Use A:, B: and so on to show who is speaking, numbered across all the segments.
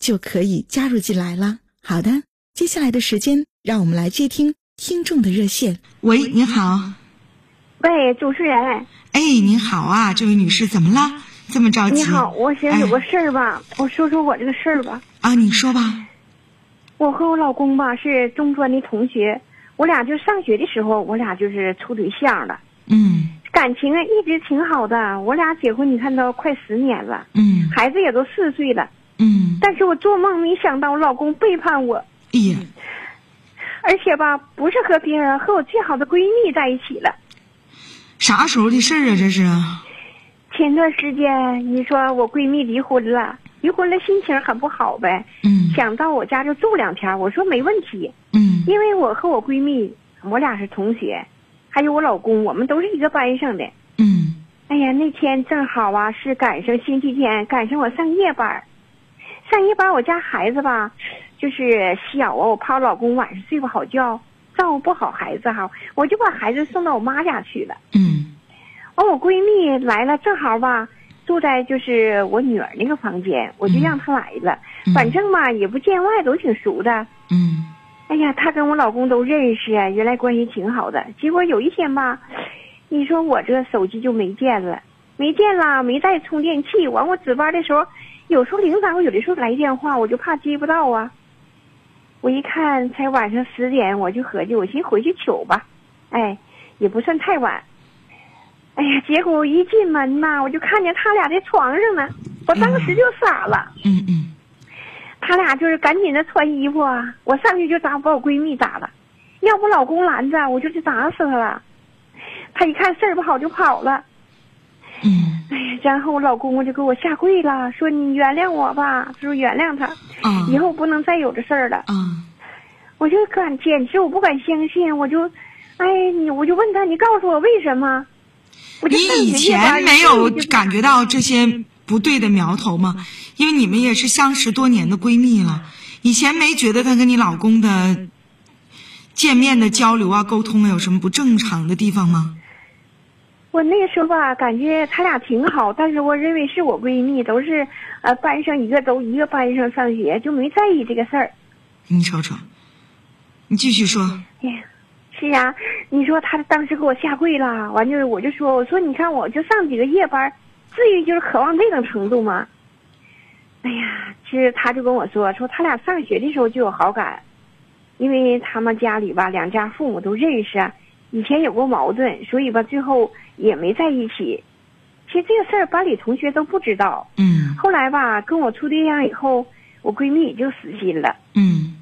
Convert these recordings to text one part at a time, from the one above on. A: 就可以加入进来了。好的，接下来的时间，让我们来接听听众的热线。喂，您好，
B: 喂，主持人，
A: 哎，您好啊，这位女士，怎么了？这么着急？
B: 你好，我寻思有个事儿吧，我说说我这个事儿吧。
A: 啊，你说吧。
B: 我和我老公吧是中专的同学，我俩就上学的时候，我俩就是处对象了，
A: 嗯
B: 感情啊一直挺好的。我俩结婚，你看都快十年了，
A: 嗯
B: 孩子也都四岁了。
A: 嗯，
B: 但是我做梦没想到我老公背叛我，
A: 哎呀，
B: 而且吧不是和别人，和我最好的闺蜜在一起了。
A: 啥时候的事儿啊？这是？
B: 前段时间你说我闺蜜离婚了，离婚了心情很不好呗，
A: 嗯
B: 想到我家就住两天，我说没问题，
A: 嗯
B: 因为我和我闺蜜，我俩是同学，还有我老公，我们都是一个班上的。
A: 嗯
B: 哎呀，那天正好啊，是赶上星期天，赶上我上夜班儿，上夜班儿我家孩子吧，就是小啊，我怕我老公晚上睡不好觉，照顾不好孩子哈，我就把孩子送到我妈家去了。
A: 嗯
B: 完，我闺蜜来了，正好吧，住在就是我女儿那个房间，我就让她来了。
A: 嗯
B: 反正嘛，也不见外，都挺熟的。
A: 嗯
B: 哎呀，她跟我老公都认识啊，原来关系挺好的。结果有一天吧，你说我这手机就没电了，没电啦，没带充电器。完，我值班的时候，有时候领导有的时候来电话，我就怕接不到啊。我一看才晚上十点，我就合计，我寻思回去取吧，哎，也不算太晚。哎呀，结果我一进门呐，我就看见他俩在床上呢，我当时就傻了。
A: 嗯嗯
B: 他俩就是赶紧的穿衣服啊，我上去就打把我闺蜜打了，要不老公拦着，我就得打死他了。他一看事儿不好就跑了，
A: 嗯
B: 哎呀，然后我老公我就给我下跪了，说你原谅我吧，就是原谅他，
A: 啊
C: 嗯
B: 以后不能再有这事儿了。
A: 啊
B: 我就敢，简直我不敢相信，我就，哎，你我就问他，你告诉我为什么？我就
C: 你
B: 上
C: 以
B: 学夜班
C: 前没有
B: 就是
C: 感觉到这些不对的苗头吗？因为你们也是相识多年的闺蜜了，以前没觉得她跟你老公的见面的交流啊、沟通啊有什么不正常的地方吗？
B: 我那时候吧，感觉他俩挺好，但是我认为是我闺蜜，都是呃班上一个都一个班上上学，就没在意这个事儿。
C: 你瞅瞅，你继续说。
B: 哎呀，是呀，你说他当时给我下跪了，完就是我就说，我说你看我就上几个夜班，至于就是渴望这种程度吗？哎呀，这他就跟我说，说他俩上学的时候就有好感，因为他们家里吧，两家父母都认识啊，以前有过矛盾，所以吧，最后也没在一起。其实这个事儿班里同学都不知道。
C: 嗯
B: 后来吧，跟我处对象以后，我闺蜜也就死心了。
C: 嗯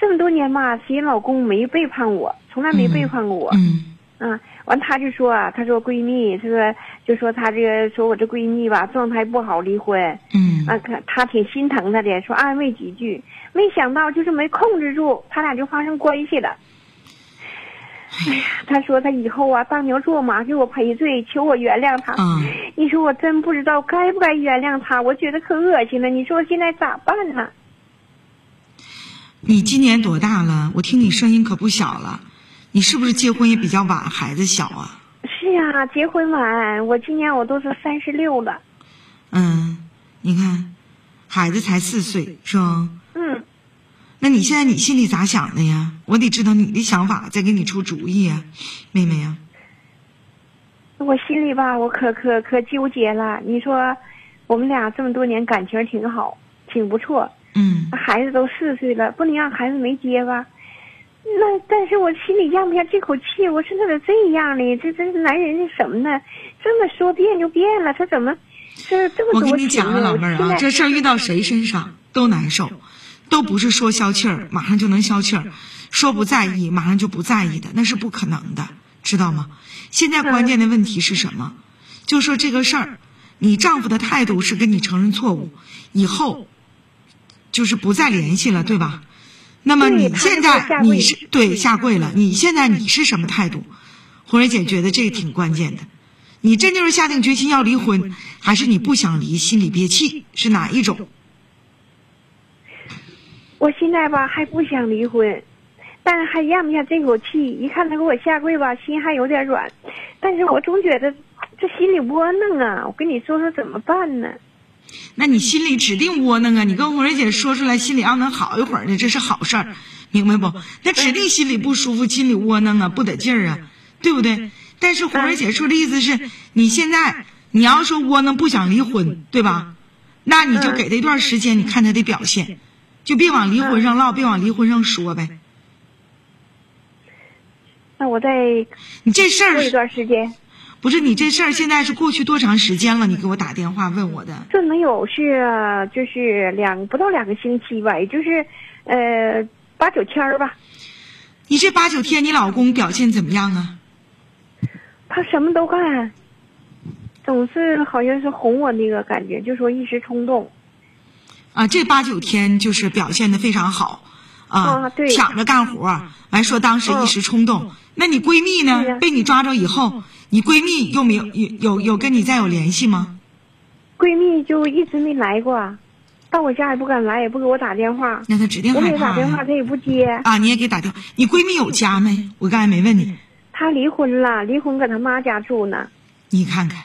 B: 这么多年吧，其实老公没背叛我，从来没背叛过我。
C: 嗯
B: 啊，完她就说啊，她说闺蜜，她说就说她这个说我这闺蜜吧状态不好，离婚
C: 嗯
B: 啊，她她挺心疼她的，说安慰几句，没想到就是没控制住，他俩就发生关系了。哎呀，她说她以后啊当牛做马给我赔罪，求我原谅她。
C: 啊，
B: 你说我真不知道该不该原谅她，我觉得可恶心了。你说现在咋办呢？
C: 你今年多大了？我听你声音可不小了，你是不是结婚也比较晚，孩子小啊？
B: 是啊，结婚晚，我今年我都是三十六了。
C: 嗯，你看，孩子才四岁，是吧？
B: 嗯，
C: 那你现在你心里咋想的呀？我得知道你的想法，再给你出主意呀、妹妹啊呀、
B: 我心里吧，我可可可纠结了。你说，我们俩这么多年感情挺好，挺不错，
C: 嗯
B: 孩子都四岁了，不能让孩子没结巴。那但是我心里咽不下这口气，我说他咋这样呢？这这男人是什么呢？这么说变就变了，他怎么这这么
C: 我
B: 多
C: 跟你讲啊，
B: 情
C: 老妹儿啊，这事儿遇到谁身上都难受，都不是说消气儿马上就能消气儿，说不在意马上就不在意的，那是不可能的，知道吗？现在关键的问题是什么？就说这个事儿，你丈夫的态度是跟你承认错误，以后就是不再联系了，对吧？那么
B: 对
C: 你
B: 他是
C: 现
B: 下
C: 在
B: 跪
C: 你是对下跪了，你现在你是什么态度？红蕊姐觉得这个挺关键的。你真就是下定决心要离婚，还是你不想离，心里憋气，是哪一种？
B: 我现在吧还不想离婚，但是还咽不下这口气。一看他给我下跪吧，心还有点软，但是我总觉得这心里窝囊啊。我跟你说说怎么办呢？
C: 那你心里指定窝囊啊！你跟红蕊姐说出来，心里要能好一会儿呢，这是好事儿，明白不？那指定心里不舒服，心里窝囊啊，不得劲儿啊，对不对？但是红蕊姐说的意思是，你现在你要说窝囊不想离婚，对吧？那你就给他一段时间，你看他的表现，就别往离婚上唠，别往离婚上说呗。
B: 那我再
C: 你这事
B: 过
C: 儿
B: 一段时间，
C: 不是你这事儿现在是过去多长时间了？你给我打电话问我的。
B: 这能有是呃就是两不到两个星期吧，也就是呃八九天儿吧。
C: 你这八九天，你老公表现怎么样啊？
B: 他什么都干，总是好像是哄我那个感觉，就说一时冲动。
C: 啊，这八九天就是表现的非常好，啊，
B: 啊对嗯
C: 抢着干活，完说当时一时冲动。那你闺蜜
B: 对
C: 呢
B: 呀？嗯
C: 被你抓着以后，你闺蜜又没有有有有跟你再有联系吗？
B: 闺蜜就一直没来过，到我家也不敢来，也不给我打电话。
C: 那她指定
B: 我
C: 害
B: 给她打
C: 怕
B: 电
C: 呀
B: 话，她也不接。
C: 啊！你也给打电话，你闺蜜有家没？我刚才没问你，
B: 嗯她离婚了，离婚搁她妈家住呢。
C: 你看看，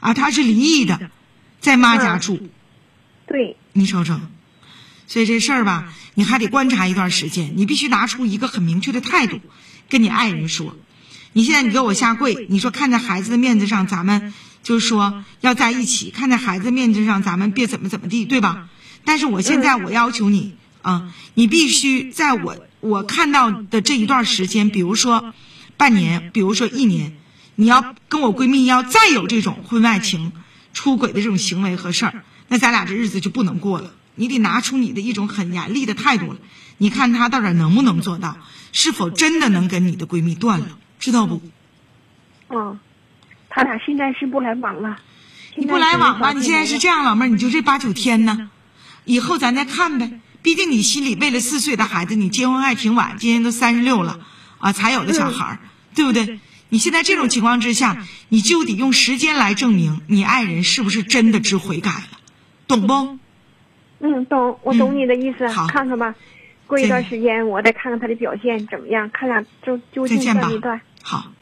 C: 啊，她是离异的，在妈
B: 嗯
C: 家住。
B: 对，
C: 你瞅瞅，所以这事儿吧，你还得观察一段时间，你必须拿出一个很明确的态度，跟你爱人说。你现在你给我下跪，你说看在孩子的面子上，咱们就是说要在一起，看在孩子的面子上，咱们别怎么怎么地，对吧？但是我现在我要求你啊，你必须在我我看到的这一段时间，比如说半年，比如说一年，你要跟我闺蜜要再有这种婚外情、出轨的这种行为和事儿，那咱俩这日子就不能过了。你得拿出你的一种很严厉的态度来，你看她到底能不能做到，是否真的能跟你的闺蜜断了，知道不？
B: 啊、他俩现在是不来往了。
C: 你不来往吧？啊你现在是这
B: 样。
C: 样，老妹儿，你就这八九天呢，以后咱再看呗。毕竟你心里为了四岁的孩子，你结婚还挺晚，今年都三十六了啊，才有的小孩儿，对不对？你现在这种情况之下，你就得用时间来证明你爱人是不是真的知悔改了，懂不？
B: 嗯，懂，我懂
C: 嗯
B: 你的意思。
C: 好
B: 看看吧，过一段
C: 再见
B: 时间我再看看他的表现怎么样，看俩就究
C: 再
B: 竟
C: 见吧
B: 断没断。，
C: 好。